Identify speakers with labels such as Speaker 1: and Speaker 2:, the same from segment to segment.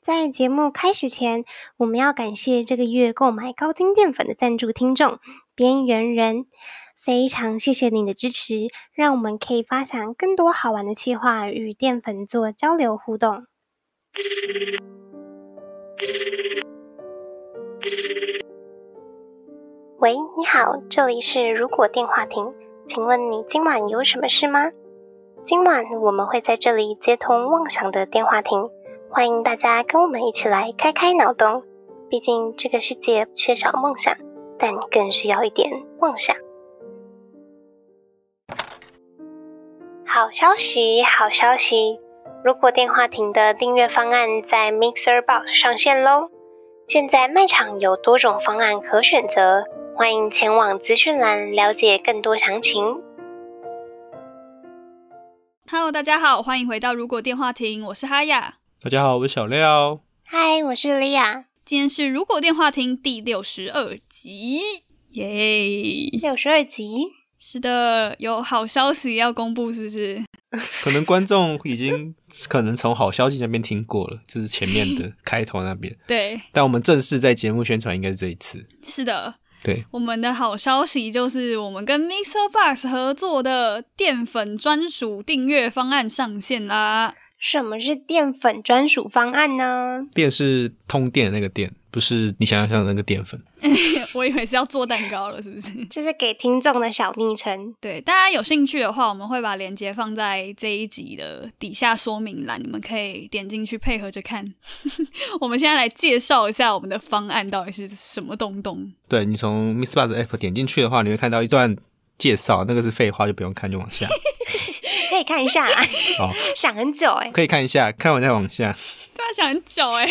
Speaker 1: 在节目开始前，我们要感谢这个月购买高精淀粉的赞助听众——边缘人，非常谢谢你的支持，让我们可以发想更多好玩的企划与淀粉做交流互动。喂，你好，这里是如果电话亭，请问你今晚有什么事吗？今晚我们会在这里接通妄想的电话亭，欢迎大家跟我们一起来开开脑洞。毕竟这个世界缺少梦想，但更需要一点妄想。好消息，好消息！如果电话亭的订阅方案在 Mixer Box 上线喽。现在卖场有多种方案可选择，欢迎前往资讯栏了解更多详情。
Speaker 2: Hello，大家好，欢迎回到《如果电话亭》，我是哈雅。
Speaker 3: 大家好，我是小廖。
Speaker 1: 嗨，我是莉亚，
Speaker 2: 今天是《如果电话亭》第六十二集，耶、
Speaker 1: 六十二集。
Speaker 2: 是的，有好消息要公布，是不是？
Speaker 3: 可能观众已经 可能从好消息那边听过了，就是前面的开头那边，
Speaker 2: 对，
Speaker 3: 但我们正式在节目宣传应该是这一次。
Speaker 2: 是的，
Speaker 3: 对，
Speaker 2: 我们的好消息就是我们跟 Mr. Box 合作的淀粉专属订阅方案上线啦。
Speaker 1: 什么是淀粉专属方案呢？
Speaker 3: 电是通电的那个电，不是你想象的那个淀粉。
Speaker 2: 我以为是要做蛋糕了，是不是？
Speaker 1: 这是给听众的小昵称。
Speaker 2: 对，大家有兴趣的话，我们会把链接放在这一集的底下说明栏，你们可以点进去配合着看。 我们现在来介绍一下我们的方案到底是什么东东。
Speaker 3: 对你从 Miss Buzz App 点进去的话，你会看到一段介绍，那个是废话，就不用看，就往下。
Speaker 1: 可以看一下，啊
Speaker 3: 哦，
Speaker 1: 想很久哎、
Speaker 3: 可以看一下，看完再往下。
Speaker 2: 对啊，想很久哎、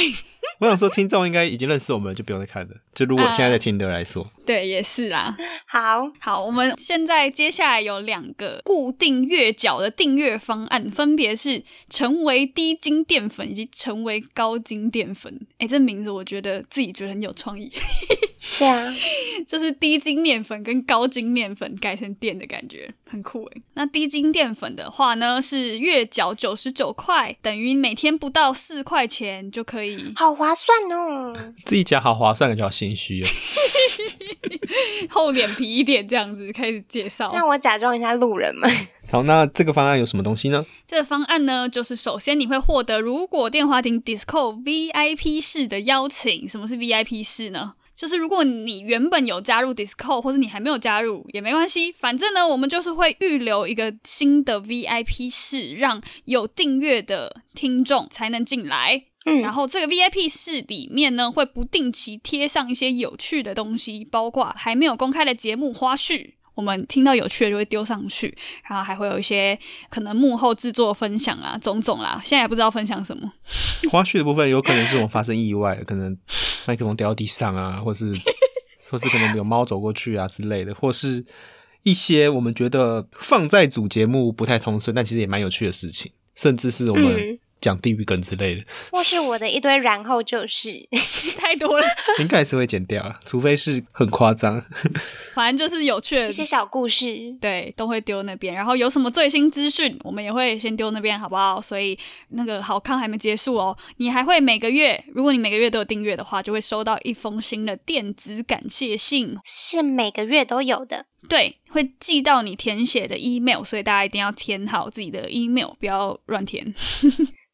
Speaker 3: 我想说，听众应该已经认识我们了，就不用再看了。就如果现在在听的来说，
Speaker 2: 对，也是啦。
Speaker 1: 好，
Speaker 2: 好，我们现在接下来有两个固定月缴的订阅方案，分别是成为低筋淀粉以及成为高筋淀粉。哎，这名字我觉得自己觉得很有创意，
Speaker 1: 对啊，
Speaker 2: 就是低筋面粉跟高筋面粉改成淀的感觉，很酷诶。那低筋淀粉的话呢，是月缴九十九块，等于每天不到四块钱就可以，
Speaker 1: 好划算哦。
Speaker 3: 自己讲好划算，感觉好心虚哦。
Speaker 2: 厚脸皮一点这样子开始介绍。
Speaker 1: 让我假装一下路人嘛。
Speaker 3: 好，那这个方案有什么东西呢？
Speaker 2: 这个方案呢，就是首先你会获得如果电话亭 Disco VIP 室的邀请。什么是 VIP 室呢？就是如果你原本有加入 Disco，或者你还没有加入也没关系，反正呢，我们就是会预留一个新的 VIP 室，让有订阅的听众才能进来。然
Speaker 1: 嗯，
Speaker 2: 后这个 VIP 室里面呢，会不定期贴上一些有趣的东西，包括还没有公开的节目花絮。我们听到有趣的就会丢上去，然后还会有一些可能幕后制作分享啊，种种啦。现在也不知道分享什么，
Speaker 3: 花絮的部分有可能是我们发生意外，可能麦克风掉到地上啊， 或是或是可能有猫走过去啊之类的，或是一些我们觉得放在主节目不太通顺，但其实也蛮有趣的事情，甚至是我
Speaker 1: 嗯
Speaker 3: 们讲地狱梗之类的，
Speaker 1: 或是我的一堆然后就是，
Speaker 2: 太多了。
Speaker 3: 应该还是会剪掉啊，除非是很夸张。
Speaker 2: 反正就是有趣的
Speaker 1: 一，些小故事。
Speaker 2: 对，都会丢那边。然后有什么最新资讯，我们也会先丢那边，好不好？所以那个好康还没结束哦。你还会每个月，如果你每个月都有订阅的话，就会收到一封新的电子感谢信，
Speaker 1: 是每个月都有的，
Speaker 2: 对，会寄到你填写的 email，所以大家一定要填好自己的 email，不要乱填。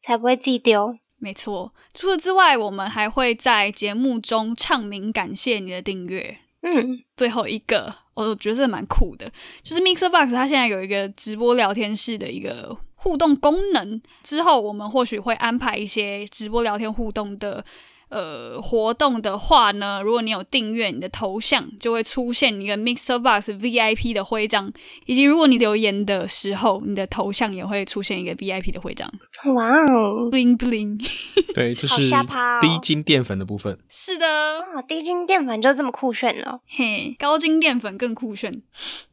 Speaker 1: 才不会寄丢。
Speaker 2: 没错，除此之外，我们还会在节目中唱名感谢你的订阅。
Speaker 1: 嗯，
Speaker 2: 最后一个，我觉得这蛮酷的，就是 Mixer Box 它现在有一个直播聊天室的一个互动功能。之后我们或许会安排一些直播聊天互动的呃活动的话呢，如果你有订阅，你的头像就会出现一个 Mixer Box VIP 的徽章，以及如果你留言的时候，你的头像也会出现一个 VIP 的徽章
Speaker 1: 哇哦，
Speaker 2: ，bling bling。
Speaker 3: 对，就
Speaker 1: 好
Speaker 3: 是
Speaker 1: 吓趴哦
Speaker 3: 低筋淀粉的部分。
Speaker 2: 是的，
Speaker 1: 哦，低筋淀粉就这么酷炫哦。
Speaker 2: 嘿，高筋淀粉更酷炫。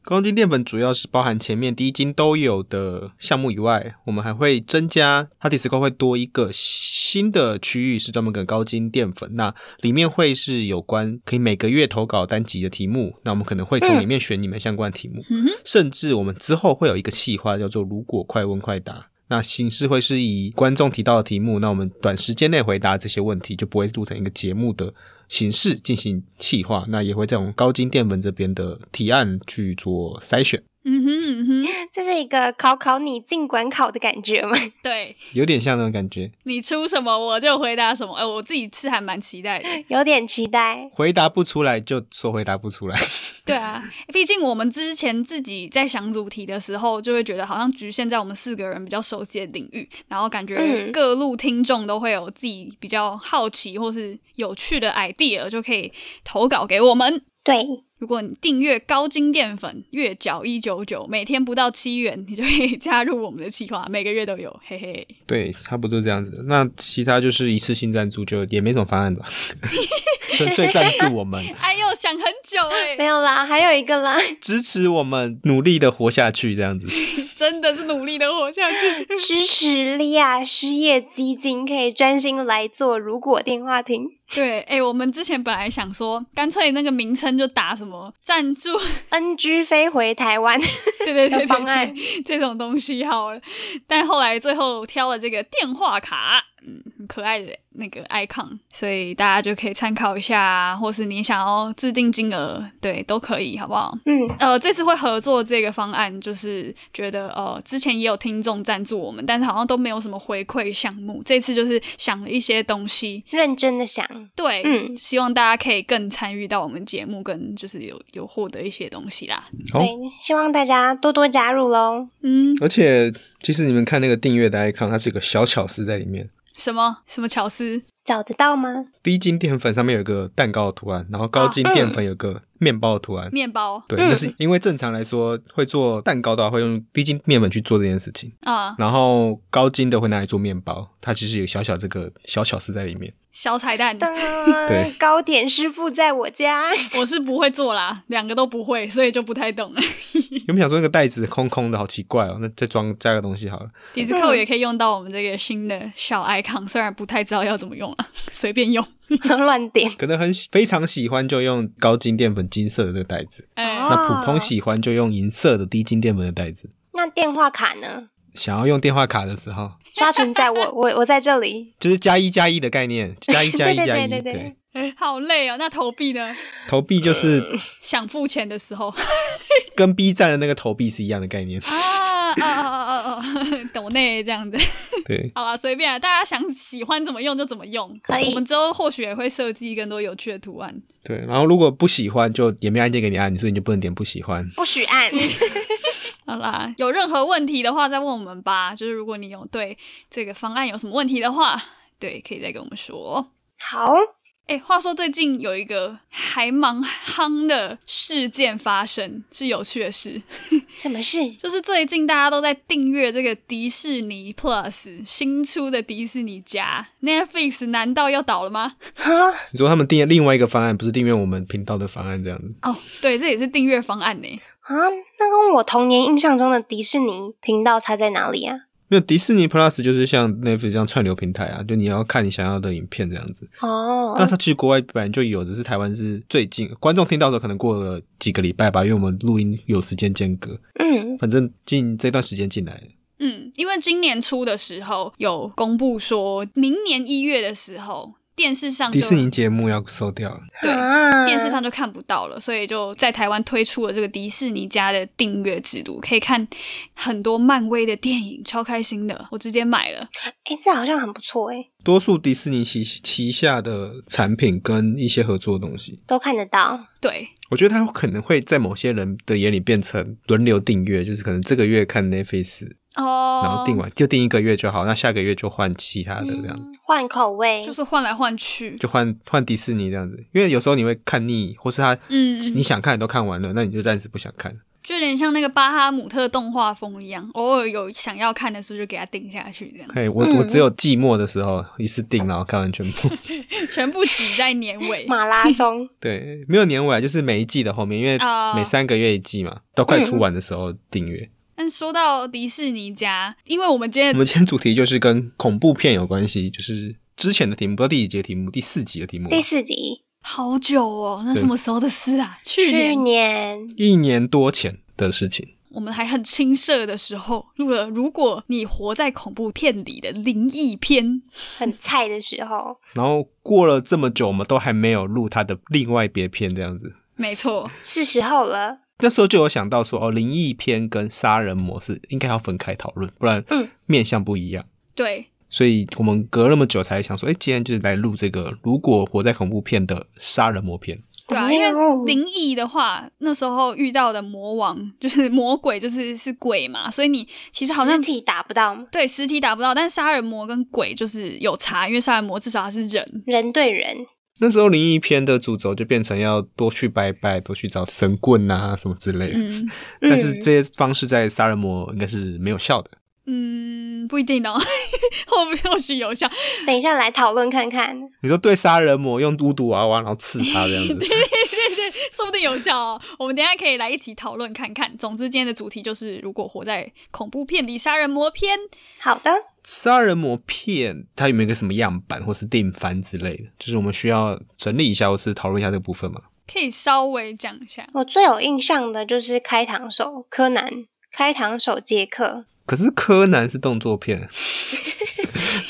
Speaker 3: 高筋淀粉主要是包含前面低筋都有的项目以外，我们还会增加它 Disco 会多一个新的区域是专门给高筋淀粉，那里面会是有关可以每个月投稿单集的题目，那我们可能会从里面选你们相关的题目，
Speaker 2: 嗯哼
Speaker 3: 甚至我们之后会有一个企划叫做“如果快问快答”。那形式会是以观众提到的题目，那我们短时间内回答这些问题，就不会录成一个节目的形式进行企划。那也会再从高精淀粉这边的提案去做筛选，
Speaker 2: 嗯哼嗯哼，
Speaker 1: 这是一个考考你尽管考的感觉吗？
Speaker 2: 对
Speaker 3: 有点像那种感觉。
Speaker 2: 你出什么我就回答什么。哎、我自己是还蛮期待的。
Speaker 1: 有点期待。
Speaker 3: 回答不出来就说回答不出来，
Speaker 2: 对啊，毕竟我们之前自己在想主题的时候，就会觉得好像局限在我们四个人比较熟悉的领域，然后感觉
Speaker 1: 嗯
Speaker 2: 各路听众都会有自己比较好奇或是有趣的 idea，就可以投稿给我们。
Speaker 1: 对，
Speaker 2: 如果你订阅高精淀粉，月缴一九九，每天不到七元，你就可以加入我们的计划，每个月都有，嘿嘿。
Speaker 3: 对，差不多这样子。那其他就是一次性赞助，就也没什么方案吧， 纯粹赞助我们，
Speaker 2: 哎呦，想很久哎、
Speaker 1: 没有啦，还有一个啦，
Speaker 3: 支持我们努力的活下去，这样子。
Speaker 2: 真的是努力的活下去。
Speaker 1: 支持莉亚失业基金可以专心来做如果电话亭
Speaker 2: 对，哎、我们之前本来想说，干脆那个名称就打什么赞助
Speaker 1: NG 飞回台湾。
Speaker 2: 对对对对
Speaker 1: 的方案
Speaker 2: 对这种东西好了，但后来最后挑了这个电话卡，嗯，很可爱的那个 icon，所以大家就可以参考一下，啊或是你想要自定金额，对，都可以，好不好？
Speaker 1: 嗯，
Speaker 2: 呃，这次会合作这个方案，就是觉得呃，之前也有听众赞助我们，但是好像都没有什么回馈项目，这次就是想了一些东西，
Speaker 1: 认真的想，
Speaker 2: 对，
Speaker 1: 嗯
Speaker 2: 希望大家可以更参与到我们节目，跟就是有有获得一些东西啦。
Speaker 3: 好
Speaker 1: 对，希望大家多多加入喽。
Speaker 2: 嗯，
Speaker 3: 而且，其实你们看那个订阅的 icon，它是有个小巧思在里面。
Speaker 2: 什么什么巧思？
Speaker 1: 找得到吗？
Speaker 3: 低筋淀粉上面有个蛋糕的图案，然后高筋淀粉有个面包的图案。
Speaker 2: 面包
Speaker 3: 对，
Speaker 1: 嗯
Speaker 3: 那是因为正常来说会做蛋糕的话，会用低筋面粉去做这件事情，
Speaker 2: 啊、
Speaker 3: 然后高筋的会拿来做面包，它其实有小小这个小巧思在里面。
Speaker 2: 小彩蛋，
Speaker 1: 噔，糕点师傅在我家。
Speaker 2: 我是不会做啦，两个都不会，所以就不太懂。
Speaker 3: 有没有想说那个袋子空空的，好奇怪哦？那再装加个东西好了。
Speaker 2: Disco 也可以用到我们这个新的小 icon，虽然不太知道要怎么用了，啊 随便用。
Speaker 1: 乱点。
Speaker 3: 可能很喜非常喜欢就用高筋淀粉金色的这个袋子，
Speaker 2: 哎、
Speaker 1: 哦
Speaker 3: 那普通喜欢就用银色的低筋淀粉的袋子。
Speaker 1: 那电话卡呢？
Speaker 3: 想要用电话卡的时候，
Speaker 1: 刷存在我，我我在这里。
Speaker 3: 就是加一加一的概念，加一加 一
Speaker 1: 对对
Speaker 3: 加一，
Speaker 1: 对对对
Speaker 3: 对，
Speaker 2: 好累哦。那投币呢？
Speaker 3: 投币就是
Speaker 2: 想付钱的时候
Speaker 3: 跟 B 站的那个投币是一样的概念，
Speaker 2: 啊啊啊啊啊啊， 抖内这样子。
Speaker 3: 对，
Speaker 2: 好啦，随便啊，大家想喜欢怎么用就怎么用。
Speaker 1: 可以
Speaker 2: 我们之后或许也会设计更多有趣的图案。
Speaker 3: 对。然后如果不喜欢，就也没按键给你按，所以你就不能点不喜欢。
Speaker 1: 不许按，
Speaker 2: 好啦，有任何问题的话再问我们吧。就是如果你有对这个方案有什么问题的话，对，可以再跟我们说。
Speaker 1: 好，
Speaker 2: 哎、话说最近有一个还蛮夯的事件发生，是有趣的事，
Speaker 1: 什么事？
Speaker 2: 就是最近大家都在订阅这个迪士尼 Plus 新出的迪士尼家 Netflix，难道要倒了吗？
Speaker 1: 哈，
Speaker 3: 你说他们订阅另外一个方案，不是订阅我们频道的方案这样子，
Speaker 2: 哦，对，这也是订阅方案呢。
Speaker 1: 啊，那跟我童年印象中的迪士尼频道差在哪里啊？
Speaker 3: 没有迪士尼 Plus 就是像 Netflix 这样串流平台啊，就你要看你想要的影片这样子。但
Speaker 1: 哦，
Speaker 3: 它其实国外本来就有，只是台湾是最近，观众听到的时候可能过了几个礼拜吧，因为我们录音有时间间隔，
Speaker 1: 嗯，
Speaker 3: 反正近这段时间进来的。
Speaker 2: 嗯，因为今年初的时候有公布说，明年一月的时候电视
Speaker 1: 哦
Speaker 2: 上就
Speaker 3: 迪士尼节目要收掉了，
Speaker 2: 对。
Speaker 1: 啊，
Speaker 2: 电视上就看不到了，所以就在台湾推出了这个迪士尼家的订阅制度，可以看很多漫威的电影，超开心的，我直接买了。
Speaker 1: 哎，这好像很不错哎，
Speaker 3: 多数迪士尼旗旗下的产品跟一些合作的东西，
Speaker 1: 都看得到。
Speaker 2: 对，
Speaker 3: 我觉得它可能会在某些人的眼里变成轮流订阅，就是可能这个月看 Netflix，
Speaker 2: 哦，
Speaker 3: 然后订完就订一个月就好，那下个月就换其他的这样，
Speaker 1: 嗯换口味，
Speaker 2: 就是换来换去，
Speaker 3: 就换换迪士尼这样子。因为有时候你会看腻，或是他
Speaker 2: 嗯
Speaker 3: 你想看的都看完了，那你就暂时不想看。
Speaker 2: 就有点像那个巴哈姆特动画风一样，偶尔有想要看的时候就给它订下去，这样
Speaker 3: 嘿，我、我只有寂寞的时候一次订，然后看完全部。
Speaker 2: 全部挤在年尾。
Speaker 1: 马拉松。
Speaker 3: 对，没有年尾啊，就是每一季的后面，因为
Speaker 2: 哦
Speaker 3: 每三个月一季嘛，到快出完的时候订阅。
Speaker 2: 但说到迪士尼家，因为我们今
Speaker 3: 我
Speaker 2: 天
Speaker 3: 们今天主题就是跟恐怖片有关系，就是之前的题目，不知道第几集的题目，第四集的题目，
Speaker 1: 第四集，
Speaker 2: 好 久哦，那什么时候的事啊？去
Speaker 1: 去
Speaker 2: 年
Speaker 1: 年
Speaker 3: 一年多前的事情。
Speaker 2: 我们还很青涩的时候录了。如果你活在恐怖片里的灵异篇，
Speaker 1: 很菜的时候，
Speaker 3: 然后过了这么久，我们都还没有录他的另外别篇这样子。
Speaker 2: 没错，
Speaker 1: 是时候了。
Speaker 3: 那时候就有想到说，哦，灵异片跟杀人模式应该要分开讨论，不然
Speaker 1: 嗯
Speaker 3: 面向不一样。
Speaker 2: 对，
Speaker 3: 所以我们隔那么久才想说，哎、今天就是来录这个如果活在恐怖片的杀人魔片。
Speaker 2: 对啊，
Speaker 1: 哦
Speaker 2: 因为
Speaker 1: 哟
Speaker 2: 灵异的话，那时候遇到的魔王就是魔鬼，就是是鬼嘛，所以你其实好像
Speaker 1: 实体打不到
Speaker 2: 对实体打不到，但是杀人魔跟鬼就是有差，因为杀人魔至少他是人，
Speaker 1: 人对人，
Speaker 3: 那时候灵异片的主轴就变成要多去拜拜，多去找神棍啊什么之类的。
Speaker 2: 嗯
Speaker 3: 但是
Speaker 1: 嗯
Speaker 3: 这些方式在杀人魔应该是没有效的。
Speaker 2: 嗯，不一定哦， 后后续有效，
Speaker 1: 等一下来讨论看看。
Speaker 3: 你说对杀人魔用嘟嘟娃娃然后刺他这样子，
Speaker 2: 说不定有效哦。我们等一下可以来一起讨论看看。总之，今天的主题就是如果活在恐怖片里，杀人魔篇。
Speaker 1: 好的，
Speaker 3: 杀人魔片它有没有一个什么样板或是定番之类的？就是我们需要整理一下或是讨论一下这个部分嘛。
Speaker 2: 可以稍微讲一下，
Speaker 1: 我最有印象的就是开膛手柯南、开膛手杰克，
Speaker 3: 可是柯南是动作片，
Speaker 1: 是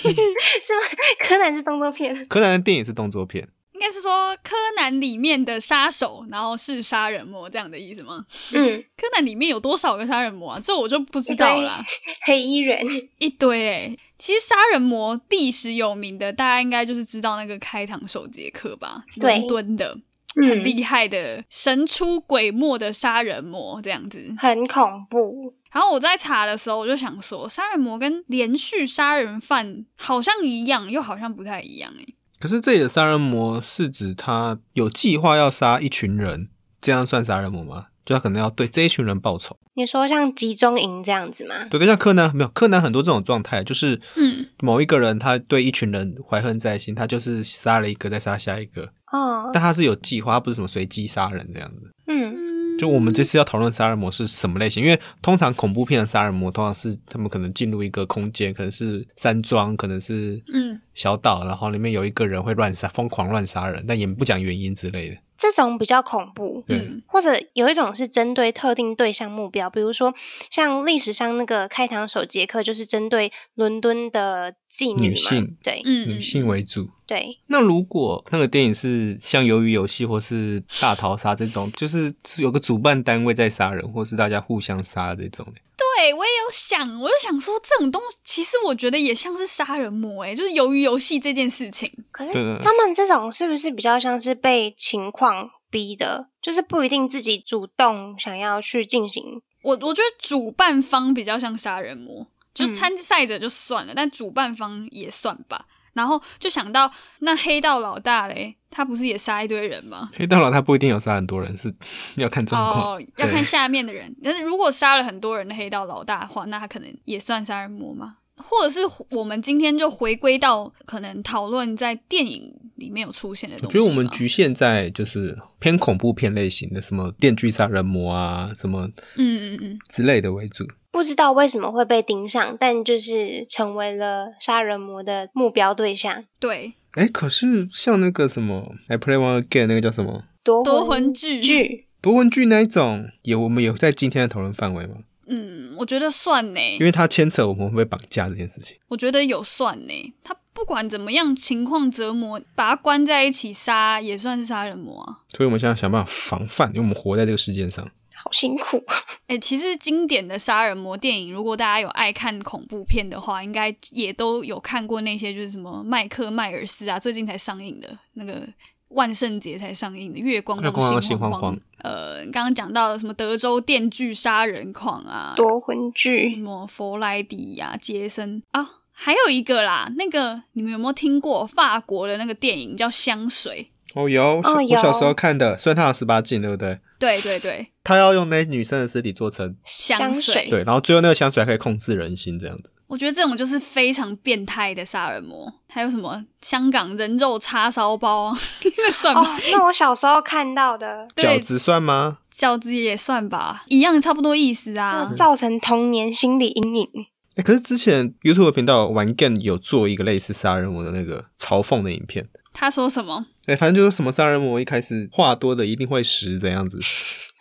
Speaker 1: 吗？柯南是动作片，
Speaker 3: 柯南的电影是动作片，
Speaker 2: 应该是说柯南里面的杀手，然后是杀人魔这样的意思吗？
Speaker 1: 嗯，
Speaker 2: 柯南里面有多少个杀人魔啊？这我就不知道啦，
Speaker 1: 黑衣人，
Speaker 2: 一堆诶、其实杀人魔历史有名的，大家应该就是知道那个开膛手杰克吧，
Speaker 1: 对
Speaker 2: 伦敦的。很
Speaker 1: 嗯，
Speaker 2: 厉害的神出鬼没的杀人魔这样子，
Speaker 1: 很恐怖，
Speaker 2: 然后我在查的时候，我就想说，杀人魔跟连续杀人犯好像一样，又好像不太一样诶、欸
Speaker 3: 可是这里的杀人魔是指他有计划要杀一群人，这样算杀人魔吗？就他可能要对这一群人报仇。
Speaker 1: 你说像集中营这样子吗？
Speaker 3: 对，就像柯南没有柯南很多这种状态，就是
Speaker 2: 嗯
Speaker 3: 某一个人他对一群人怀恨在心，他就是杀了一个再杀下一个，
Speaker 1: 哦，
Speaker 3: 但他是有计划，他不是什么随机杀人这样子。
Speaker 1: 嗯，
Speaker 2: 嗯，
Speaker 3: 就我们这次要讨论杀人魔是什么类型，因为通常恐怖片的杀人魔通常是他们可能进入一个空间，可能是山庄，可能是
Speaker 2: 嗯
Speaker 3: 小岛，然后里面有一个人会乱杀，疯狂乱杀人，但也不讲原因之类的。
Speaker 1: 这种比较恐怖，
Speaker 3: 对
Speaker 2: 嗯
Speaker 1: 或者有一种是针对特定对象目标，比如说像历史上那个开膛手杰克，就是针对伦敦的妓
Speaker 3: 女
Speaker 1: 嘛，
Speaker 3: 性
Speaker 1: 对
Speaker 2: 嗯
Speaker 3: 女性为主。
Speaker 1: 对，
Speaker 3: 那如果那个电影是像《鱿鱼游戏》或是《大逃杀》这种，就是有个主办单位在杀人，或是大家互相杀这种，
Speaker 2: 对我也有想，我就想说这种东西，其实我觉得也像是杀人魔诶、欸就是由于游戏这件事情，
Speaker 1: 可
Speaker 3: 对对
Speaker 1: 是
Speaker 3: 对
Speaker 1: 他们这种是不是比较像是被情况逼的？就是不一定自己主动想要去进行，
Speaker 2: 我我觉得主办方比较像杀人魔，就
Speaker 1: 嗯
Speaker 2: 参赛者就算了，但主办方也算吧。然后就想到那黑道老大嘞，他不是也杀一堆人吗？
Speaker 3: 黑道佬他不一定有杀很多人，是 要看状况。
Speaker 2: 哦，要
Speaker 3: 对
Speaker 2: 看下面的人。但是如果杀了很多人的黑道老大的话，那他可能也算杀人魔吗？或者是我们今天就回归到可能讨论在电影里面有出现的
Speaker 3: 我
Speaker 2: 东西
Speaker 3: 觉得我们
Speaker 2: 吗
Speaker 3: 局限在就是偏恐怖片类型的，什么电锯杀人魔啊，什么
Speaker 2: 嗯嗯嗯，
Speaker 3: 之类的为主。
Speaker 1: 不知道为什么会被盯上，但就是成为了杀人魔的目标对象。
Speaker 2: 对，
Speaker 3: 哎，可是像那个什么《I Play One Again》那个叫什么
Speaker 1: 夺
Speaker 2: 夺魂
Speaker 1: 魂
Speaker 2: 剧
Speaker 1: 剧，
Speaker 3: 夺魂剧那一种，也我们有在今天的讨论范围吗？
Speaker 2: 嗯，我觉得算呢，
Speaker 3: 因为它牵扯我们会不会绑架这件事情。
Speaker 2: 我觉得有算呢。他不管怎么样情况折磨，把他关在一起杀也算是杀人魔啊。
Speaker 3: 所以我们现在想办法防范，因为我们活在这个世界上。
Speaker 1: 好辛苦。
Speaker 2: 哎、其实经典的杀人魔电影，如果大家有爱看恐怖片的话，应该也都有看过那些，就是什么麦克迈尔斯啊，最近才上映的那个万圣节才上映的《月光
Speaker 3: 月光光
Speaker 2: 光
Speaker 3: 心
Speaker 2: 心
Speaker 3: 慌
Speaker 2: 慌
Speaker 3: 慌
Speaker 2: 呃，刚刚讲到的什么德州电锯杀人狂啊，
Speaker 1: 夺魂
Speaker 2: 什
Speaker 1: 剧
Speaker 2: 么弗莱迪呀、杰森啊，还有一个啦，那个你们有没有听过法国的那个电影叫《香水
Speaker 3: 哦，有，
Speaker 1: 哦
Speaker 3: 我小时候
Speaker 1: 有
Speaker 3: 看的，虽然它有十八禁，对不对？》？
Speaker 2: 对对对，
Speaker 3: 他要用那女生的尸体做成，
Speaker 2: 香水
Speaker 3: 对，然后最后那个香水还可以控制人心，这样子。
Speaker 2: 我觉得这种就是非常变态的杀人魔，还有什么香港人肉叉烧包啊， 那算
Speaker 1: 哦
Speaker 2: 吧，，
Speaker 1: 那我小时候看到的，
Speaker 2: 对
Speaker 3: 饺子算吗？
Speaker 2: 饺子也算吧，一样差不多意思 啊
Speaker 1: 那。造成童年心理阴影。
Speaker 3: 哎、可是之前 YouTube 频道玩 Game 有做一个类似杀人魔的那个嘲讽的影片，
Speaker 2: 他说什么？
Speaker 3: 哎、反正就是什么杀人魔一开始话多的一定会死怎样子，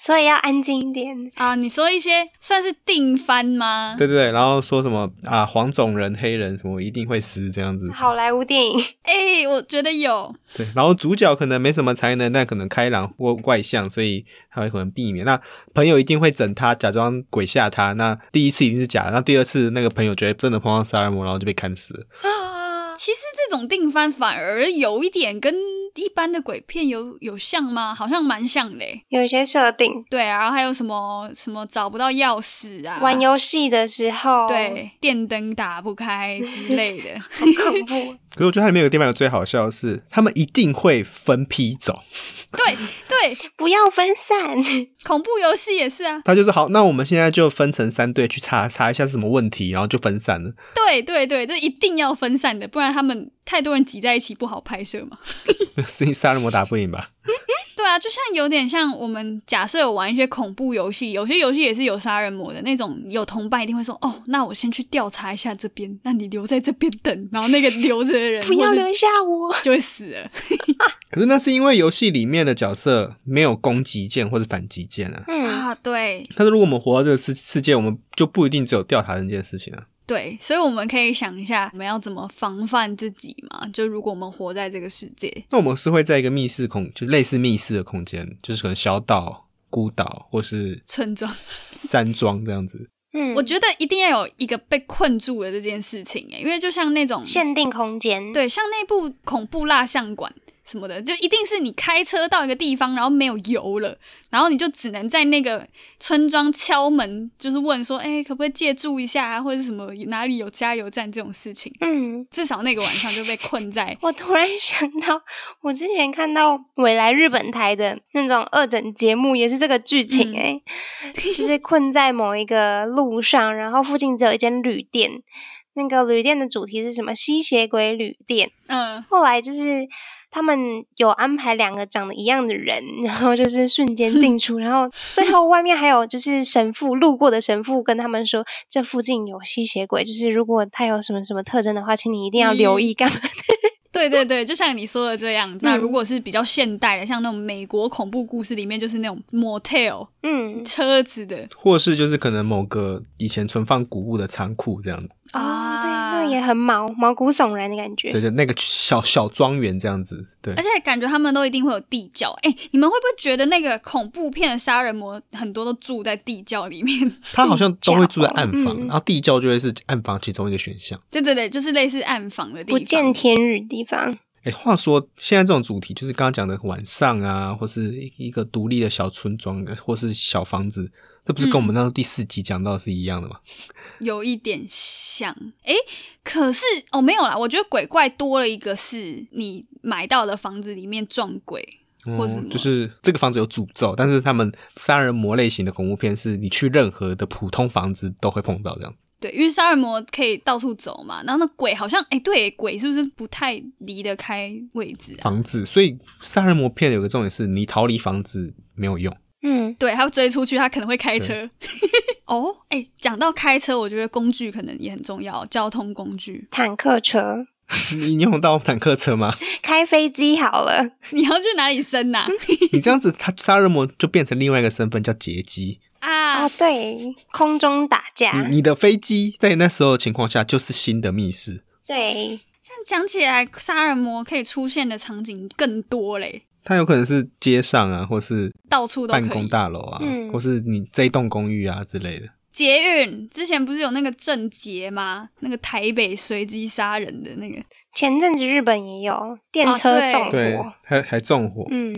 Speaker 1: 所以要安静一点。
Speaker 2: 啊，你说一些算是定番吗？
Speaker 3: 对对对，然后说什么啊，黄种人、黑人什么一定会死这样子，
Speaker 1: 好莱坞 电影，
Speaker 2: 哎、我觉得有，
Speaker 3: 对，然后主角可能没什么才能，但可能开朗或外向，所以他会可能避免。那朋友一定会整他，假装鬼吓他。那第一次一定是假的，那第二次那个朋友觉得真的碰到杀人魔，然后就被砍死了。
Speaker 2: 其实这种定番反而有一点跟一般的鬼片有有像吗？好像蛮像的欸。
Speaker 1: 有一些设定，
Speaker 2: 对啊，然后还有什么什么找不到钥匙啊，
Speaker 1: 玩游戏的时候，，
Speaker 2: 对 电灯打不开之类 的。
Speaker 1: 恐怖。
Speaker 3: 可是我觉得它里面有个地方有最好笑的是，他们一定会分批走。
Speaker 2: 对对，
Speaker 1: 不要分散，
Speaker 2: 恐怖游戏也是啊，
Speaker 3: 他就是好，那我们现在就分成三队去查查一下是什么问题，然后就分散了。
Speaker 2: 对对对，这一定要分散的，不然他们太多人挤在一起不好拍摄 嘛。
Speaker 3: 所以杀人魔打不赢吧？
Speaker 2: 对啊，就像有点像我们假设有玩一些恐怖游戏，有些游戏也是有杀人魔的那种，有同伴一定会说：“哦，那我先去调查一下这边，那你留在这边等。”然后那个 留着的人
Speaker 1: 不要
Speaker 2: 或是
Speaker 1: 啊
Speaker 2: 啊
Speaker 1: 留下我。
Speaker 2: 就会死 了。
Speaker 3: 可是那是因为游戏里面的角色没有攻击键或者反击键啊。
Speaker 1: 嗯，
Speaker 2: 啊，对
Speaker 3: 但是如果我们活到这个世世界，我们就不一定只有调查这件事情啊。
Speaker 2: 对，所以我们可以想一下，我们要怎么防范自己嘛？就如果我们活在这个世界，
Speaker 3: 那我们是会在一个密室空，就类似密室的空间，就是可能小岛、孤岛或是
Speaker 2: 村庄，
Speaker 3: 山庄这样子。
Speaker 1: 嗯，
Speaker 2: 我觉得一定要有一个被困住的这件事情，哎，因为就像那种
Speaker 1: 限定空间，，
Speaker 2: 对，像那部恐怖蜡像馆什么的，就一定是你开车到一个地方，然后没有油了，然后你就只能在那个村庄敲门，就是问说，哎、可不可以借住一下啊，或者什么哪里有加油站这种事情。
Speaker 1: 嗯。
Speaker 2: 至少那个晚上就被 困在
Speaker 1: 我突然想到，我之前看到未来日本台的那种二诊节目，也是这个剧情
Speaker 2: 嗯
Speaker 1: 诶、就是困在某一个路上，然后附近只有一间旅店，那个旅店的主题是什么？吸血鬼旅店。
Speaker 2: 嗯、
Speaker 1: 后来就是他们有安排两个长得一样的人，然后就是瞬间进出，然后最后外面还有就是神父路过的神父跟他们说，这附近有吸血鬼，就是如果他有什么什么特征的话，请你一定要留意，干嘛？
Speaker 2: 对对对，就像你说的这样。
Speaker 1: 嗯
Speaker 2: 那如果是比较现代的，像那种美国恐怖故事里面，就是那种 motel
Speaker 1: 嗯，
Speaker 2: 车子的
Speaker 3: 或是就是可能某个以前存放古物的仓库这样子，
Speaker 1: 哦，对，
Speaker 2: 啊，
Speaker 1: 那也很毛毛骨悚然的感觉。
Speaker 3: 对对，那个小小庄园这样子，对
Speaker 2: 而，且感觉他们都一定会有地窖。哎、你们会不会觉得那个恐怖片的杀人魔很多都住在地窖里面？
Speaker 3: 他好像都会住在暗房，
Speaker 1: 嗯
Speaker 3: 然后地窖就会是暗房其中一个选项。
Speaker 2: 对对对，就是类似暗房的地
Speaker 1: 不
Speaker 2: 方。
Speaker 1: 见天日的地方，
Speaker 3: 哎，话说现在这种主题就是刚刚讲的晚上啊，或是一个独立的小村庄，呃或是小房子，这不是跟我们那时候第四集讲到的是一样的吗？
Speaker 2: 有一点像，诶，可是哦没有啦，我觉得鬼怪多了一个是你买到的房子里面撞鬼，或是什
Speaker 3: 嗯
Speaker 2: 么
Speaker 3: 就是这个房子有诅咒，但是他们杀人魔类型的恐怖片是你去任何的普通房子都会碰到这样。
Speaker 2: 对，因为杀人魔可以到处走嘛，然后那鬼好像，诶，哎对，鬼是不是不太离得开位置啊？
Speaker 3: 房子，所以杀人魔片有个重点是你逃离房子没有用，
Speaker 1: 嗯，
Speaker 2: 对，他追出去，他可能会开车。 哦，诶，讲到开车，我觉得工具可能也很重要，交通工具。
Speaker 1: 坦克车、
Speaker 3: 你你用到坦克车吗？
Speaker 1: 开飞机好了，
Speaker 2: 你要去哪里生啊呐、
Speaker 3: 你这样子，他杀人魔就变成另外一个身份叫劫机。
Speaker 2: 啊？
Speaker 1: 哦，对，空中打架，
Speaker 3: 你你的飞机在那时候的情况下就是新的密室，
Speaker 1: 对，
Speaker 2: 这样讲起来，杀人魔可以出现的场景更多嘞，
Speaker 3: 它有可能是街上啊，或是
Speaker 2: 到处都
Speaker 3: 办
Speaker 2: 可
Speaker 3: 公
Speaker 2: 以。
Speaker 3: 大楼啊，
Speaker 1: 嗯
Speaker 3: 或是你这一栋公寓啊之类的。
Speaker 2: 捷运之前不是有那个郑捷吗？那个台北随机杀人的那个，
Speaker 1: 前阵子日本也有电车
Speaker 2: 哦对
Speaker 1: 纵火，
Speaker 3: 对，还还纵火，
Speaker 1: 嗯，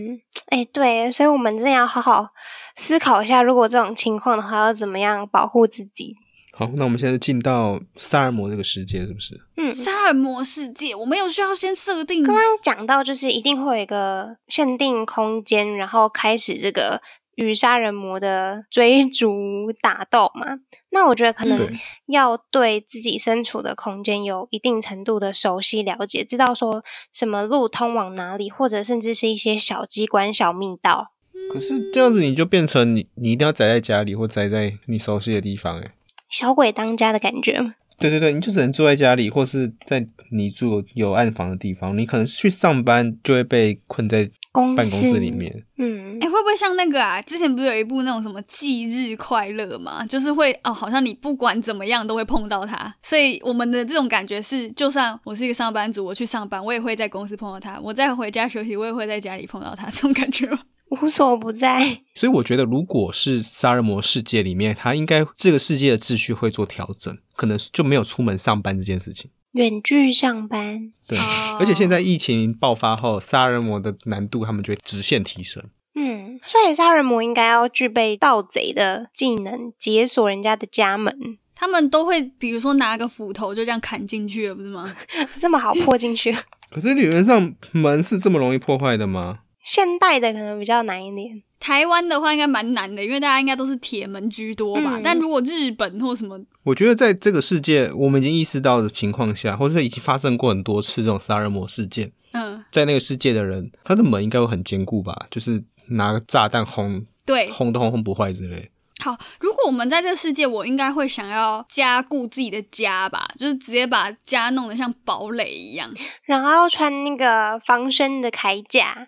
Speaker 1: 哎，对，所以我们真的要好好思考一下，如果这种情况的话，要怎么样保护自己？
Speaker 3: 好，那我们现在进到杀人魔这个世界，是不是？
Speaker 1: 嗯，
Speaker 2: 杀人魔世界，我们有需要先设定
Speaker 1: 刚刚讲到就是一定会有一个限定空间，然后开始这个与杀人魔的追逐打斗嘛。那我觉得
Speaker 2: 嗯
Speaker 1: 可能
Speaker 3: 对
Speaker 1: 要对自己身处的空间有一定程度的熟悉了解，知道说什么路通往哪里，或者甚至是一些小机关、小密道。
Speaker 3: 可是这样子你就变成你，你一定要宅在家里或宅在你熟悉的地方、欸，
Speaker 1: 小鬼当家的感觉，
Speaker 3: 对对对，你就只能坐在家里，或是在你住有暗房的地方，你可能去上班就会被困在
Speaker 1: 公
Speaker 3: 办公室里，面。
Speaker 1: 嗯
Speaker 2: 哎、，会不会像那个啊？之前不是有一部那种什么忌日快乐嘛？就是会哦，好像你不管怎么样都会碰到他。所以我们的这种感觉是，就算我是一个上班族，我去上班，我也会在公司碰到他；我再回家休息，我也会在家里碰到 他。这种感觉吗？
Speaker 1: 无所不在。
Speaker 3: 所以我觉得，如果是杀人魔世界里面，他应该这个世界的秩序会做调整，可能就没有出门上班这件事情。
Speaker 1: 远距上班，
Speaker 3: 对，
Speaker 2: 哦
Speaker 3: 而且现在疫情爆发后，杀人魔的难度他们觉得直线提升。
Speaker 1: 嗯，所以杀人魔应该要具备盗贼的技能，解锁人家的家门，
Speaker 2: 他们都会，比如说拿个斧头就这样砍进去了，不是吗？
Speaker 1: 这么
Speaker 3: 嗯
Speaker 1: 好破进去。
Speaker 3: 可是理论上门是这么容易破坏的吗？
Speaker 1: 现代的可能比较难一点，
Speaker 2: 台湾的话应该蛮难的，因为大家应该都是铁门居多吧。
Speaker 1: 嗯
Speaker 2: 但如果日本或什么，
Speaker 3: 我觉得在这个世界，我们已经意识到的情况下，或者已经发生过很多次这种杀人魔事件，
Speaker 2: 嗯，
Speaker 3: 在那个世界的人，他的门应该会很坚固吧？就是拿个炸弹轰
Speaker 2: 对，
Speaker 3: 轰都轰轰不坏之类。
Speaker 2: 好，如果我们在这世界，我应该会想要加固自己的家吧，就是直接把家弄得像堡垒一样，
Speaker 1: 然后要穿那个防身的铠甲，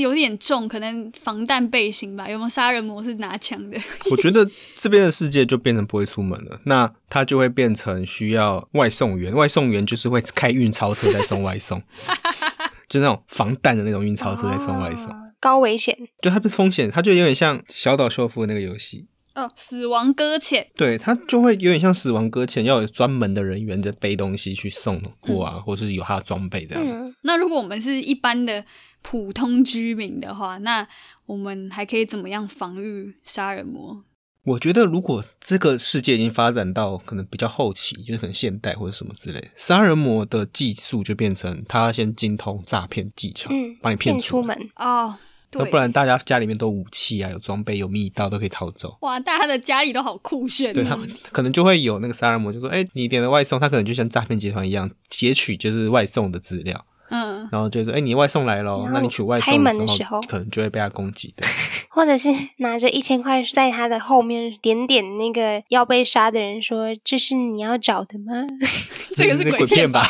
Speaker 2: 有点重，可能防弹背心吧。有没有杀人魔是拿枪的？
Speaker 3: 我觉得这边的世界就变成不会出门了，那他就会变成需要外送员，外送员就是会开运钞车在送外送，就那种防弹的那种运钞车在送外送，
Speaker 1: 哦高危险。
Speaker 3: 就它不是风险，它就有点像小岛秀夫那个游戏，
Speaker 2: 哦，死亡搁浅。
Speaker 3: 对，它就会有点像死亡搁浅，要有专门的人员在背东西去送货啊，或是有他的装备这样。
Speaker 1: 嗯，
Speaker 2: 那如果我们是一般的普通居民的话，那我们还可以怎么样防御杀人魔？
Speaker 3: 我觉得，如果这个世界已经发展到可能比较后期，就是可能现代或者什么之类，杀人魔的技术就变成他先精通诈骗技巧，
Speaker 1: 嗯
Speaker 3: 把你
Speaker 1: 骗
Speaker 3: 出
Speaker 1: 出
Speaker 3: 门。
Speaker 1: 门，
Speaker 2: 哦，对
Speaker 3: 那，不然大家家里面都有武器啊，有装备，有密刀都可以逃走。
Speaker 2: 哇，大家的家里都好酷炫、哦。
Speaker 3: 对啊他们可能就会有那个杀人魔就说：“哎、你点了外送，他可能就像诈骗集团一样，截取就是外送的资料，
Speaker 2: 嗯，
Speaker 3: 然后就是哎、你外送来
Speaker 1: 然
Speaker 3: 咯，
Speaker 1: 后
Speaker 3: 那你取外
Speaker 1: 开
Speaker 3: 送
Speaker 1: 门的
Speaker 3: 时
Speaker 1: 时候
Speaker 3: 候，可能就会被他攻击的。
Speaker 1: 或者是拿着一千块在他的后面点点那个要被杀的人说：“这是你要找的吗
Speaker 2: 这个是
Speaker 3: 鬼
Speaker 2: 鬼
Speaker 3: 片
Speaker 2: 片
Speaker 3: 吧？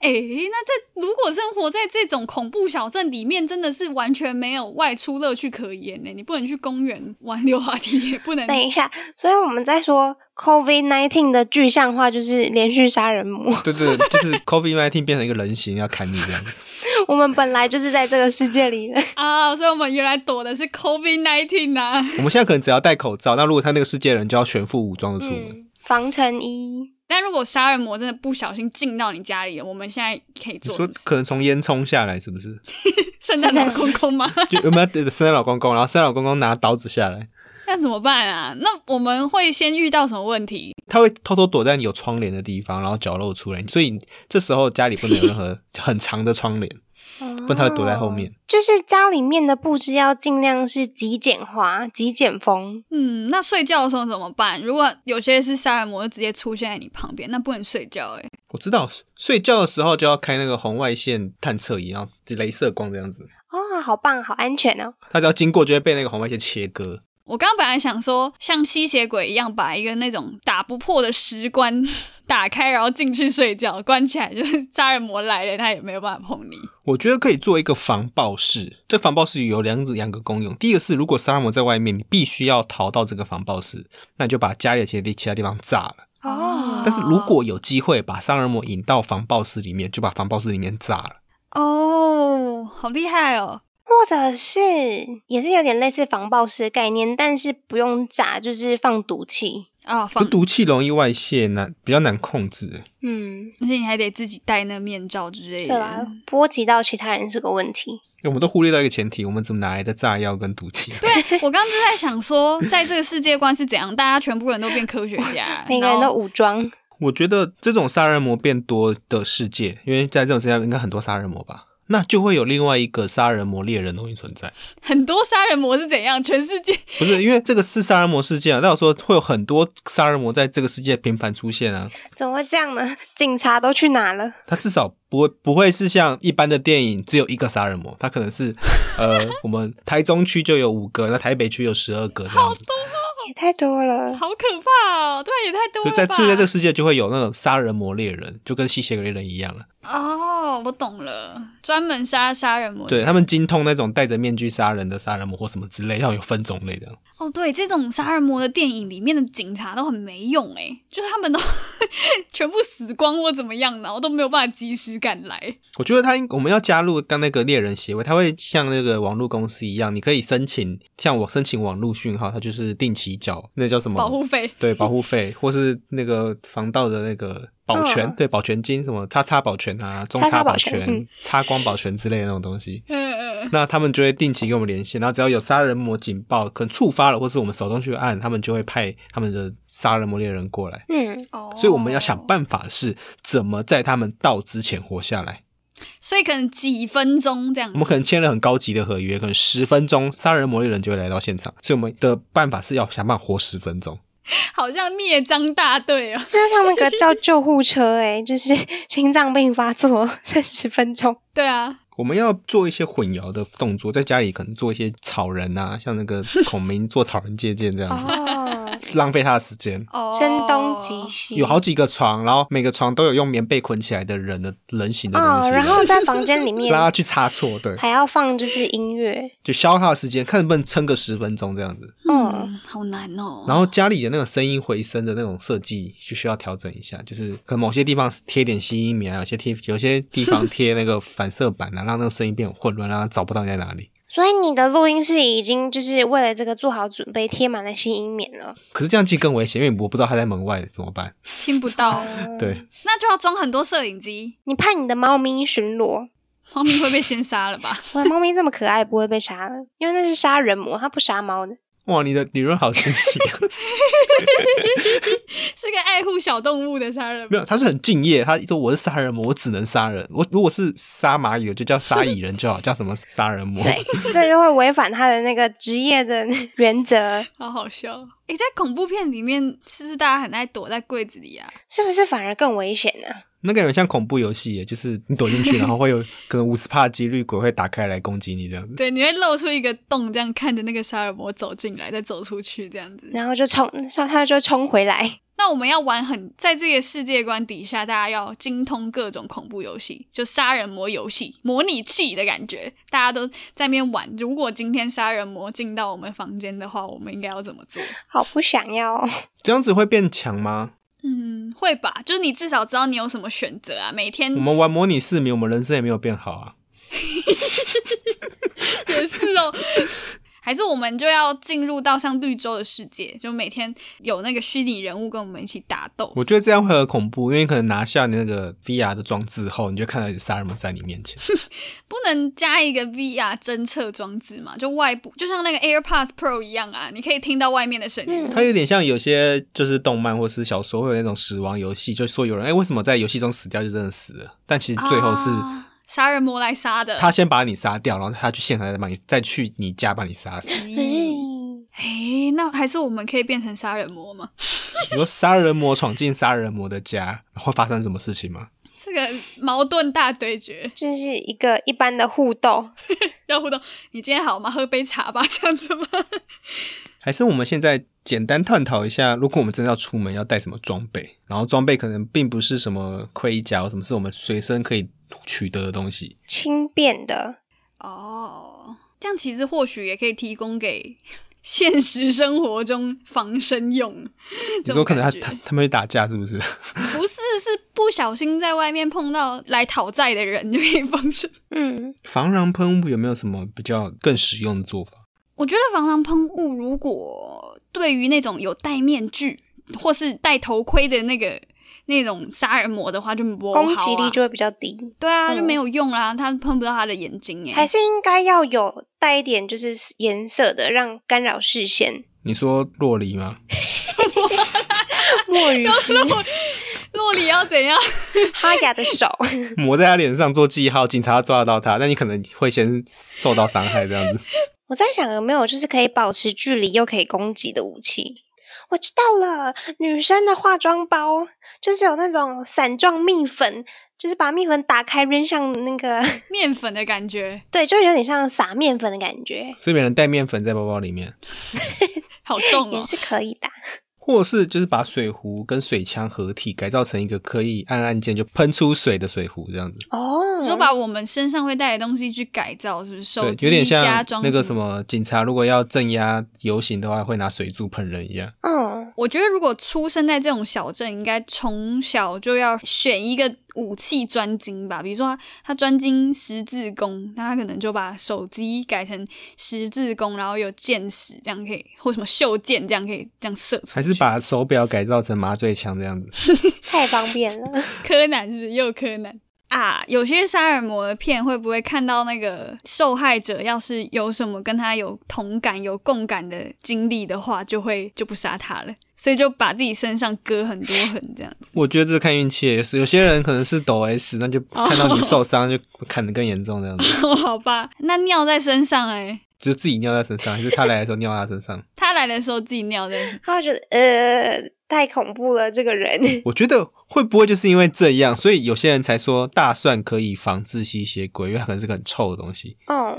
Speaker 2: 哎、那这如果生活在这种恐怖小镇里面，真的是完全没有外出乐趣可言呢。你不能去公园玩溜滑梯，也不？”
Speaker 3: 嗯
Speaker 2: 能
Speaker 1: 等一下，所以我们在说 COVID nineteen 的具象化就是连续杀人魔。
Speaker 3: 对对，就是 COVID nineteen 变成一个人形要砍你这样。
Speaker 1: 我们本来就是在这个世界里的，
Speaker 2: 啊。所以我们原来躲的是 COVID nineteen 啊。
Speaker 3: 我们现在可能只要戴口罩，那如果他那个世界的人就要全副武装的出门。
Speaker 1: 嗯，防尘衣。
Speaker 2: 但如果杀人魔真的不小心进到你家里了，我们现在可以
Speaker 3: 你
Speaker 2: 做什
Speaker 3: 说
Speaker 2: 么事？
Speaker 3: 可能从烟囱下来是不是？
Speaker 2: 圣诞老公公吗？
Speaker 3: 就有没有对圣诞老公公，然后圣诞老公公拿刀子下来，
Speaker 2: 那怎么办啊？那我们会先遇到什么问题？
Speaker 3: 他会偷偷躲在有窗帘的地方，然后脚露出来，所以这时候家里不能有任何很长的窗帘，不然他会躲在后面。
Speaker 1: 哦就是家里面的布置要尽量是极简化、极简风。
Speaker 2: 嗯，那睡觉的时候怎么办？如果有些是杀人魔就直接出现在你旁边，那不能睡觉哎、
Speaker 3: 我知道睡觉的时候就要开那个红外线探测仪，然后镭射光这样子，
Speaker 1: 哦，好棒，好安全哦！
Speaker 3: 他只要经过就会被那个红外线切割。
Speaker 2: 我刚刚本来想说，像吸血鬼一样，把一个那种打不破的石棺 打开，然后进去睡觉，关起来，就是杀人魔来了，他也没有办法碰你。
Speaker 3: 我觉得可以做一个防爆室。这防爆室有两两个功用，第一个是如果杀人魔在外面，你必须要逃到这个防爆室，那你就把家里的其他地其他地方炸了。
Speaker 2: 啊
Speaker 1: 哦
Speaker 3: 但是如果有机会把杀人魔引到防爆室里面，就把防爆室里面炸了。
Speaker 2: 哦，好厉害哦！
Speaker 1: 或者是也是有点类似防爆式的概念，但是不用炸，就是放毒气。
Speaker 2: 啊、
Speaker 3: 可
Speaker 2: 放，
Speaker 3: 毒气容易外泄，难比较难控制。
Speaker 1: 嗯，
Speaker 2: 而且你还得自己戴那面罩之类
Speaker 1: 对啊啦
Speaker 2: 的。，
Speaker 1: 波及到其他人是个问题。，
Speaker 3: 我们都忽略到一个前提，我们怎么拿来的炸药跟毒气？对，
Speaker 2: 我刚刚就在想说，在这个世界观是怎样，大家全部人都变科学家
Speaker 1: 每个人
Speaker 2: 然
Speaker 1: 都
Speaker 2: 后
Speaker 1: 武装，
Speaker 3: 我觉得这种杀人魔变多的世界，因为在这种世界应该很多杀人魔吧，那就会有另外一个杀人魔猎人容易存在。
Speaker 2: 很多杀人魔是怎样，全世界
Speaker 3: 不是因为这个是杀人魔事件啊，那我说会有很多杀人魔在这个世界频繁出现啊。
Speaker 1: 怎么会这样呢？警察都去哪了？
Speaker 3: 他至少不会不会是像一般的电影只有一个杀人魔，他可能是呃，我们台中区就有五个，那台北区有十二个这样子。
Speaker 1: 也太多了。
Speaker 2: 好可怕哦！对，也太多了
Speaker 3: 就
Speaker 2: 吧。
Speaker 3: 在就在这个世界就会有那种杀人魔猎人，就跟吸血鬼猎人一样了。啊
Speaker 2: 哦，我懂了，专门杀杀人魔。
Speaker 3: 对他们精通那种戴着面具杀人的杀人魔或什么之类，要有分种类的。
Speaker 2: 哦，对，这种杀人魔的电影里面的警察都很没用诶，就是他们都 全部死光或怎么样，然后都没有办法及时赶来。
Speaker 3: 我觉得他应我们要加入刚那个猎人协会，他会像那个网络公司一样，你可以申请，像我申请网络讯号，它就是定期缴那叫什么
Speaker 2: 保护费
Speaker 3: 对保护费，或是那个防盗的那个保全，
Speaker 1: 嗯
Speaker 3: 对保全金什么叉叉保全啊、中
Speaker 1: 叉叉
Speaker 3: 保
Speaker 1: 保全嗯
Speaker 3: 叉光保全之类的那种东西。
Speaker 2: 嗯，
Speaker 3: 那他们就会定期跟我们联系，然后只要有杀人魔警报，可能触发了，或是我们手动去按，他们就会派他们的杀人魔猎人过来。
Speaker 1: 嗯，
Speaker 2: 哦，
Speaker 3: 所以我们要想，办法是怎么在他们到之前活下来。
Speaker 2: 所以可能几分钟这样
Speaker 3: 我。们可能签了很高级的合约，可能十分钟杀人魔猎人就会来到现场，所以我们的办法是要想办法活十分钟。
Speaker 2: 好像灭张大队哦。
Speaker 1: 这就像那个叫救护车、欸，哎， 就是心脏病发作三十分钟。
Speaker 2: 对啊，
Speaker 3: 我们要做一些混淆的动作，在家里可能做一些草人啊，像 那个孔明做草人借鉴这样子，
Speaker 1: 哦，
Speaker 3: 浪费他的时间。
Speaker 2: 哦，
Speaker 1: 声东击西，
Speaker 3: 有好几个床，然后每个床都有用棉被捆起来的人的人形的 东
Speaker 1: 哦，
Speaker 3: 西，
Speaker 1: 然后在房间里面
Speaker 3: 让他去擦错，对，
Speaker 1: 还要放就是音乐，
Speaker 3: 就消耗他的时间，看能不能撑个十分钟这样子。
Speaker 1: 嗯，
Speaker 2: 嗯，好难哦。
Speaker 3: 然后家里的那种声音回声的那种设计就需要调整一下，就是可能某些地方贴点吸音棉啊，有些贴有些地方贴那个反射板啊，让那个声音变混乱，让他找不到你在哪里。
Speaker 1: 所以你的录音室已经就是为了这个做好准备，贴满了吸音棉了。
Speaker 3: 可是这样其实更危险，因为我不知道他在门外怎么办。
Speaker 2: 听不到，
Speaker 3: 对，
Speaker 2: 那就要装很多摄影机。
Speaker 1: 你怕你的猫咪巡逻？
Speaker 2: 猫咪会被先杀了吧？
Speaker 1: 哇，猫咪这么可爱，不会被杀了，因为那是杀人魔，它不杀猫 的。
Speaker 3: 哇，你的理论好新奇、啊，
Speaker 2: 是个爱护小动物的杀人
Speaker 3: 没
Speaker 2: 魔。
Speaker 3: 有，他是很敬业，他说我是杀人魔，我只能杀人。我如果是杀蚂蚁，我就叫杀蚁人就好，叫什么杀人魔？
Speaker 1: 对，这就会违反它的那个职业的原则，
Speaker 2: 好好笑！哦诶，在恐怖片里面，是不是大家很爱躲在柜子里啊？
Speaker 1: 是不是反而更危险呢、
Speaker 3: 那个有点像恐怖游戏耶，就是你躲进去，然后会有可能五十帕几率鬼会打开来攻击你这样子。
Speaker 2: 对，你会露出一个洞，这样看着那个杀人魔走进来，再走出去，这样子。
Speaker 1: 然后就冲，然后它就冲回来。
Speaker 2: 那我们要玩很，在这个世界观底下，大家要精通各种恐怖游戏，就杀人魔游戏，模拟器的感觉，大家都在那边玩。如果今天杀人魔进到我们房间的话，我们应该要怎么做？
Speaker 1: 好不想要、哦，
Speaker 3: 这样子会变强吗？
Speaker 2: 嗯，会吧？就是你至少知道你有什么选择啊。每天
Speaker 3: 我们玩模拟市民，我们人生也没有变好啊。
Speaker 2: 也是哦。 还是我们就要进入到像绿洲的世界，就每天有那个虚拟人物跟我们一起打斗。
Speaker 3: 我觉得这样会很恐怖，因为你可能拿下那个 VR 的装置后，你就看到有杀人魔在你面前。
Speaker 2: 不能加一个 VR 侦测装置嘛？就外部，就像那个 AirPods Pro 一样啊，你可以听到外面的声音。
Speaker 1: 嗯
Speaker 3: 它有点像有些就是动漫或是小说会有那种死亡游戏，就说有人哎、为什么在游戏中死掉就真的死了，但其实最后是
Speaker 2: 啊杀、人魔来杀的。
Speaker 3: 他先把你杀掉，然后他去现场再把你再去你家把你杀死。
Speaker 1: 哎
Speaker 2: 咦诶，那还是我们可以变成杀人魔吗？
Speaker 3: 你说杀人魔闯进杀人魔的家会发生什么事情吗？
Speaker 2: 这个矛盾大对决
Speaker 1: 就是一个一般的互斗，
Speaker 2: 要互动。你今天好吗？喝杯茶吧，这样子吗？
Speaker 3: 还是我们现在简单探讨一下，如果我们真的要出门要带什么装备，然后装备可能并不是什么盔甲或什么，是我们随身可以取得的东西。
Speaker 1: 轻便的。
Speaker 2: 哦，这样其实或许也可以提供给现实生活中防身用。
Speaker 3: 你说可能他
Speaker 2: 这种
Speaker 3: 他
Speaker 2: 感觉
Speaker 3: 他们会打架是不是？
Speaker 2: 不是，是不小心在外面碰到来讨债的人就可以防身。
Speaker 1: 嗯，
Speaker 3: 防狼喷雾有没有什么比较更实用的做法？
Speaker 2: 我觉得防狼喷雾如果对于那种有戴面具或是戴头盔的那个那种杀人魔的话，就不好、啊、
Speaker 1: 攻击力就会比较低，
Speaker 2: 对啊，
Speaker 1: 嗯
Speaker 2: 就没有用啦，他喷不到他的眼睛
Speaker 1: 还
Speaker 2: 哎。
Speaker 1: 是应该要有带一点就是颜色的，让干扰视线。
Speaker 3: 你说洛梨吗？
Speaker 1: 墨鱼机，
Speaker 2: 洛里要怎样？
Speaker 1: 哈雅的手，
Speaker 3: 抹在他脸上做记号，警察抓得到他，那你可能会先受到伤害这样子。
Speaker 1: 我在想有没有就是可以保持距离又可以攻击的武器。我知道了，女生的化妆包就是有那种散状蜜粉，就是把面粉打开扔上那个，
Speaker 2: 面粉的感觉，
Speaker 1: 对，就有点像撒面粉的感觉，
Speaker 3: 所以别人带面粉在包包里面，
Speaker 2: 好重
Speaker 1: 也
Speaker 2: 哦。
Speaker 1: 是可以的。
Speaker 3: 或是就是把水壶跟水枪合体改造成一个可以按按键就喷出水的水壶这样子，
Speaker 1: 哦，
Speaker 2: 你说把我们身上会带的东西去改造，是不是？手
Speaker 3: 对，
Speaker 2: 机
Speaker 3: 有点像
Speaker 2: 家装
Speaker 3: 那个
Speaker 2: 什
Speaker 3: 什。么警察如果要镇压游行的话，会拿水柱喷人一样。
Speaker 1: 嗯，
Speaker 2: 我觉得如果出生在这种小镇，应该从小就要选一个武器专精吧。比如说他他专精十字弓，那他可能就把手机改成十字弓，然后有箭矢，这样可以，或什么袖箭，这样可以这样射出去。
Speaker 3: 还是把手表改造成麻醉枪这样子，
Speaker 1: 太方便了。
Speaker 2: 柯南是不是又柯南啊？有些杀人魔的片会不会看到那个受害者要是有什么跟他有同感、有共感的经历的话，就会就不杀他了，所以就把自己身上割很多痕这样子。
Speaker 3: 我觉得这看运气也是。有些人可能是抖 S，那就看到你受伤就砍得更严重这样子，
Speaker 2: 哦， 好吧，那尿在身上哎、
Speaker 3: 只是自己尿在身上，还是他来的时候尿在他身上？
Speaker 2: 他来的时候自己尿在，
Speaker 1: 他就觉得呃太恐怖了，这个人
Speaker 3: 我觉得会不会就是因为这样，所以有些人才说大蒜可以防治吸血鬼，因为它可能是个很臭的东西。
Speaker 1: 哦，？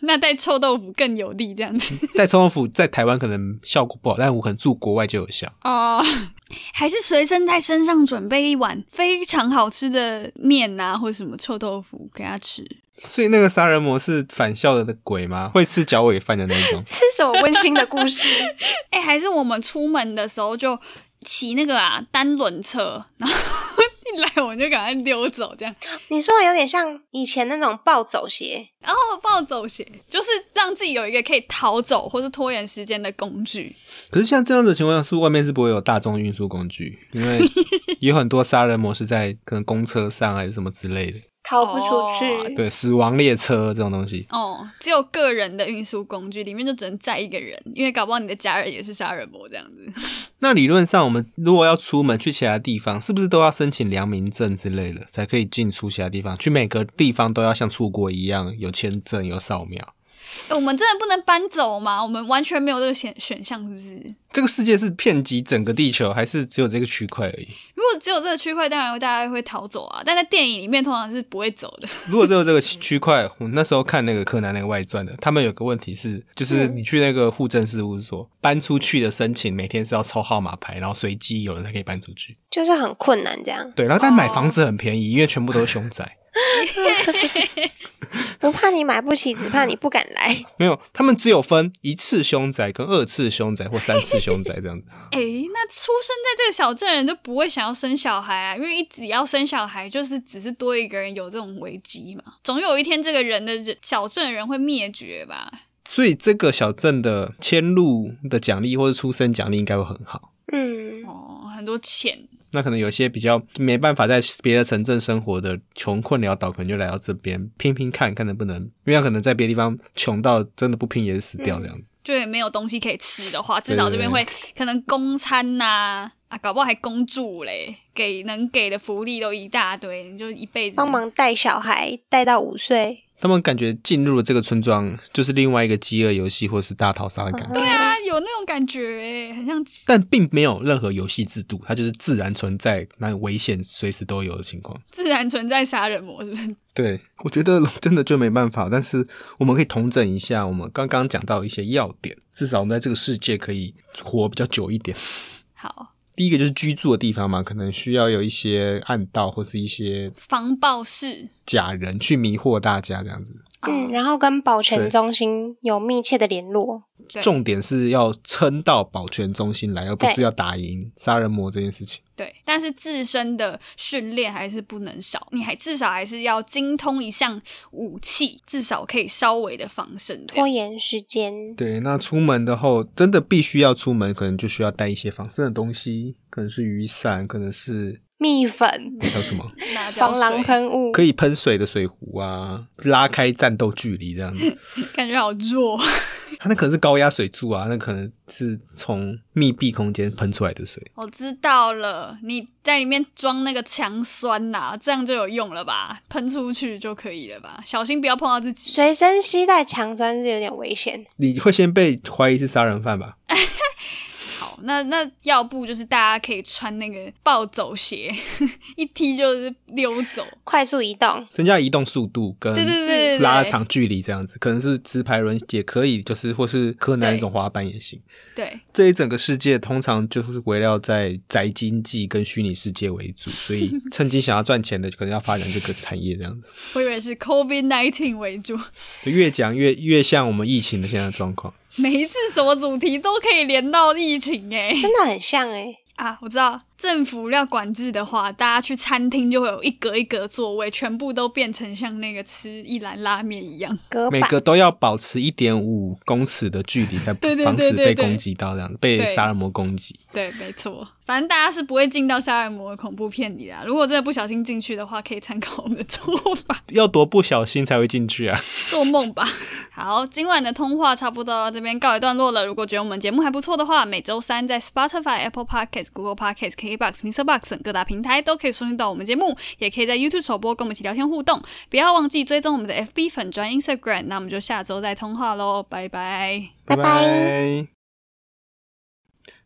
Speaker 2: 那带臭豆腐更有力这样子。
Speaker 3: 在臭豆腐在台湾可能效果不好，但我可能住国外就有效。
Speaker 2: 哦， 还是随身带身上准备一碗非常好吃的面啊，或什么臭豆腐给他吃。
Speaker 3: 所以那个杀人魔是返校的鬼吗？ 会吃脚尾饭的那种
Speaker 1: 这是什么温馨的故事？
Speaker 2: 哎、还是我们出门的时候就骑那个啊单轮车，然后 一来我们就赶快溜走，这样
Speaker 1: 你说的有点像以前那种暴走鞋，
Speaker 2: 哦，暴走鞋就是让自己有一个可以逃走或是拖延时间的工具。
Speaker 3: 可是像这样的情况下，是不是外面是不会有大众运输工具，因 为有很多杀人魔是在可能公车上还是什么之类的，
Speaker 1: 逃不出
Speaker 2: 哦
Speaker 1: 去。
Speaker 3: 对，死亡列车这种东西。
Speaker 2: 哦，只有个人的运输工具里面就只能载一个人，因为搞不好你的家人也是杀人魔这样子。
Speaker 3: 那理论上，我们如果要出门去其他地方，是不是都要申请良民证之类的，才可以进出其他地方？去每个地方都要像出国一样有签证、有扫描？
Speaker 2: 我们真的不能搬走吗？我 们完全没有这个选选项，是不是？
Speaker 3: 这个世界是遍及整个地球，还是只有这个区块而已？
Speaker 2: 如果只有这个区块，当然大家会逃走啊，但在电影里面通常是不会走的。
Speaker 3: 如果只有这个区区块，我那时候看那个柯南那个外传的，他们有个问题是，就是
Speaker 1: 嗯
Speaker 3: 你去那个户政事务所搬出去的申请，每天是要抽号码牌，然后随机有人才可以搬出去。
Speaker 1: 就是很困难这样。
Speaker 3: 对，然后但买
Speaker 2: 哦
Speaker 3: 房子很便宜，因为全部都是凶宅。
Speaker 1: 不怕你买不 起，只怕你不敢来。
Speaker 3: 没有，他们只有分一次凶宅、跟二次凶宅或三次凶宅这样子。
Speaker 2: 诶，那出生在这个小镇的人就不会想要生小孩啊，因为一只要生小孩，就是只是多一个人有这种危机嘛。总有一天，这个人的人小镇的人会灭绝吧？
Speaker 3: 所以这个小镇的迁入的奖励或者出生奖励应该会很好。
Speaker 1: 嗯，
Speaker 2: 哦，很多钱，
Speaker 3: 那可能有些比较没办法在别的城镇生活的穷困潦倒，可能就来到这边拼拼看看能不能，因为他可能在别的地方穷到真的不拼也死掉这样子。
Speaker 2: 就也没有东西可以吃的话，至少这
Speaker 3: 对对
Speaker 2: 边会可能供餐呐、啊，搞不好还供住嘞，给能给的福利都一大堆，你就一辈子
Speaker 1: 帮忙带小孩带到五岁，
Speaker 3: 他们感觉进入了这个村庄，就是另外一个饥饿游戏或是大逃杀的感觉，
Speaker 2: 对啊，有那种感觉、欸，很像
Speaker 3: 但并没有任何游戏制度，它就是自然存在，那有危险随时都有的情况。
Speaker 2: 自然存在杀人魔，是不是？
Speaker 3: 对，我觉得真的就没办法，但是我们可以统整一下我们刚刚讲到的一些要点，至少我们在这个世界可以活比较久一点。
Speaker 2: 好，
Speaker 3: 第一个就是居住的地方嘛，可能需要有一些暗道或是一些
Speaker 2: 防爆式。
Speaker 3: 假人去迷惑大家这样子。
Speaker 1: 嗯，
Speaker 2: 哦，
Speaker 1: 然后跟保
Speaker 3: 对
Speaker 1: 全中心有密切的联络。
Speaker 2: 对
Speaker 3: 重点是要撑到保全中心来，而不是
Speaker 1: 对
Speaker 3: 要打赢杀人魔这件事情。
Speaker 2: 对，但是自身的训练还是不能少，你还至少还是要精通一项武器，至少可以稍微的防身啊这
Speaker 1: 拖
Speaker 2: 样。
Speaker 1: 延时间，
Speaker 3: 对，那出门的后，真的必须要出门，可能就需要带一些防身的东西，可能是雨伞，可能是
Speaker 1: 蜜粉、
Speaker 3: 还有什么
Speaker 2: 那叫
Speaker 1: 防狼喷雾，
Speaker 3: 可以喷水的水壶啊，拉开战斗距离这样子。
Speaker 2: 感觉好弱。
Speaker 3: 它那可能是高压水柱啊，那可能是从密闭空间喷出来的水。
Speaker 2: 我知道了，你在里面装那个强酸呐、这样就有用了吧？喷出去就可以了吧？小心不要碰到自己。哦
Speaker 1: 随身携带强酸是有点危险。
Speaker 3: 你会先被怀疑是杀人犯吧？
Speaker 2: 好，那那要不就是大家可以穿那个暴走鞋， 一踢就是溜走。
Speaker 4: 快速移动，
Speaker 3: 增加移动速度跟
Speaker 2: 对对对对对，
Speaker 3: 嗯拉长距离这样子，可能是直排轮也可以，就是或是柯南那种滑板也行。
Speaker 2: 对，
Speaker 3: 这一整个世界通常就是围绕在宅经济跟虚拟世界为主，所以趁机想要赚钱的，可能要发展这个产业这样子。
Speaker 2: 我以为是 COVID nineteen 为主，
Speaker 3: 就越讲越越像我们疫情的现在的状况。
Speaker 2: 每一次什么主题都可以连到疫情哎、
Speaker 4: 真的很像哎、
Speaker 1: 欸
Speaker 2: 啊，我知道政府要管制的话，大家去餐厅就会有一格一格座位，全部都变成像那个吃一兰拉面一样。
Speaker 4: 隔
Speaker 3: 每
Speaker 4: 板
Speaker 3: 个都要保持一点五公尺的距离，才
Speaker 2: 对对对
Speaker 3: 防止
Speaker 2: 对
Speaker 3: 被
Speaker 2: 对
Speaker 3: 攻击到这样子，
Speaker 2: 对
Speaker 3: 被杀人魔攻击。
Speaker 2: 对，没错，反正大家是不会进到杀人魔的恐怖片里啦。如果真的不小心进去的话，可以参考我们的做法，
Speaker 3: 要多不小心才会进去啊！
Speaker 2: 做梦吧。好，今晚的通话差不多到这边告一段落了。如果觉得我们节目还不错的话，每周三在 Spotify、Apple Podcasts、Google Podcasts、KBox、Mr. Box 等各大平台都可以收听到我们节目，也可以在 YouTube 首播跟我们一起聊天互动。不要忘记追踪我们的 FB 粉专 Instagram。那我们就下周再通话喽，拜拜。
Speaker 1: 拜拜
Speaker 3: 拜。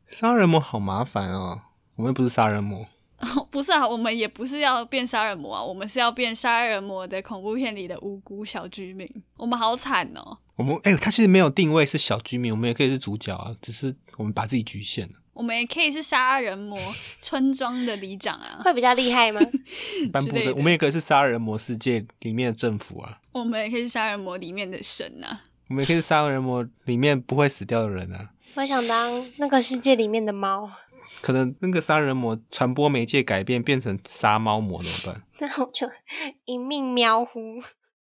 Speaker 3: 杀人魔好麻烦哦，我们又不是杀人魔。
Speaker 2: 不是啊，我们也不是要变杀人魔啊，我们是要变杀人魔的恐怖片里的无辜小居民。我们好惨哦，
Speaker 3: 我们哎、他其实没有定位是小居民，我们也可以是主角啊，只是我们把自己局限了，
Speaker 2: 我们也可以是杀人魔村庄的里 长啊，
Speaker 4: 会比较厉害吗？
Speaker 3: 颁布
Speaker 2: 嗯之类
Speaker 3: 着
Speaker 2: 的
Speaker 3: 我们也可以是杀人魔世界里面的政府啊，
Speaker 2: 我们也可以是杀人魔里面的神啊。
Speaker 3: 我们也可以是杀人魔里面不会死掉的人啊。
Speaker 4: 我想当那个世界里面的猫，
Speaker 3: 可能那个杀人魔传播媒介改变变成杀猫魔怎么办？
Speaker 4: 那我就一命喵呼。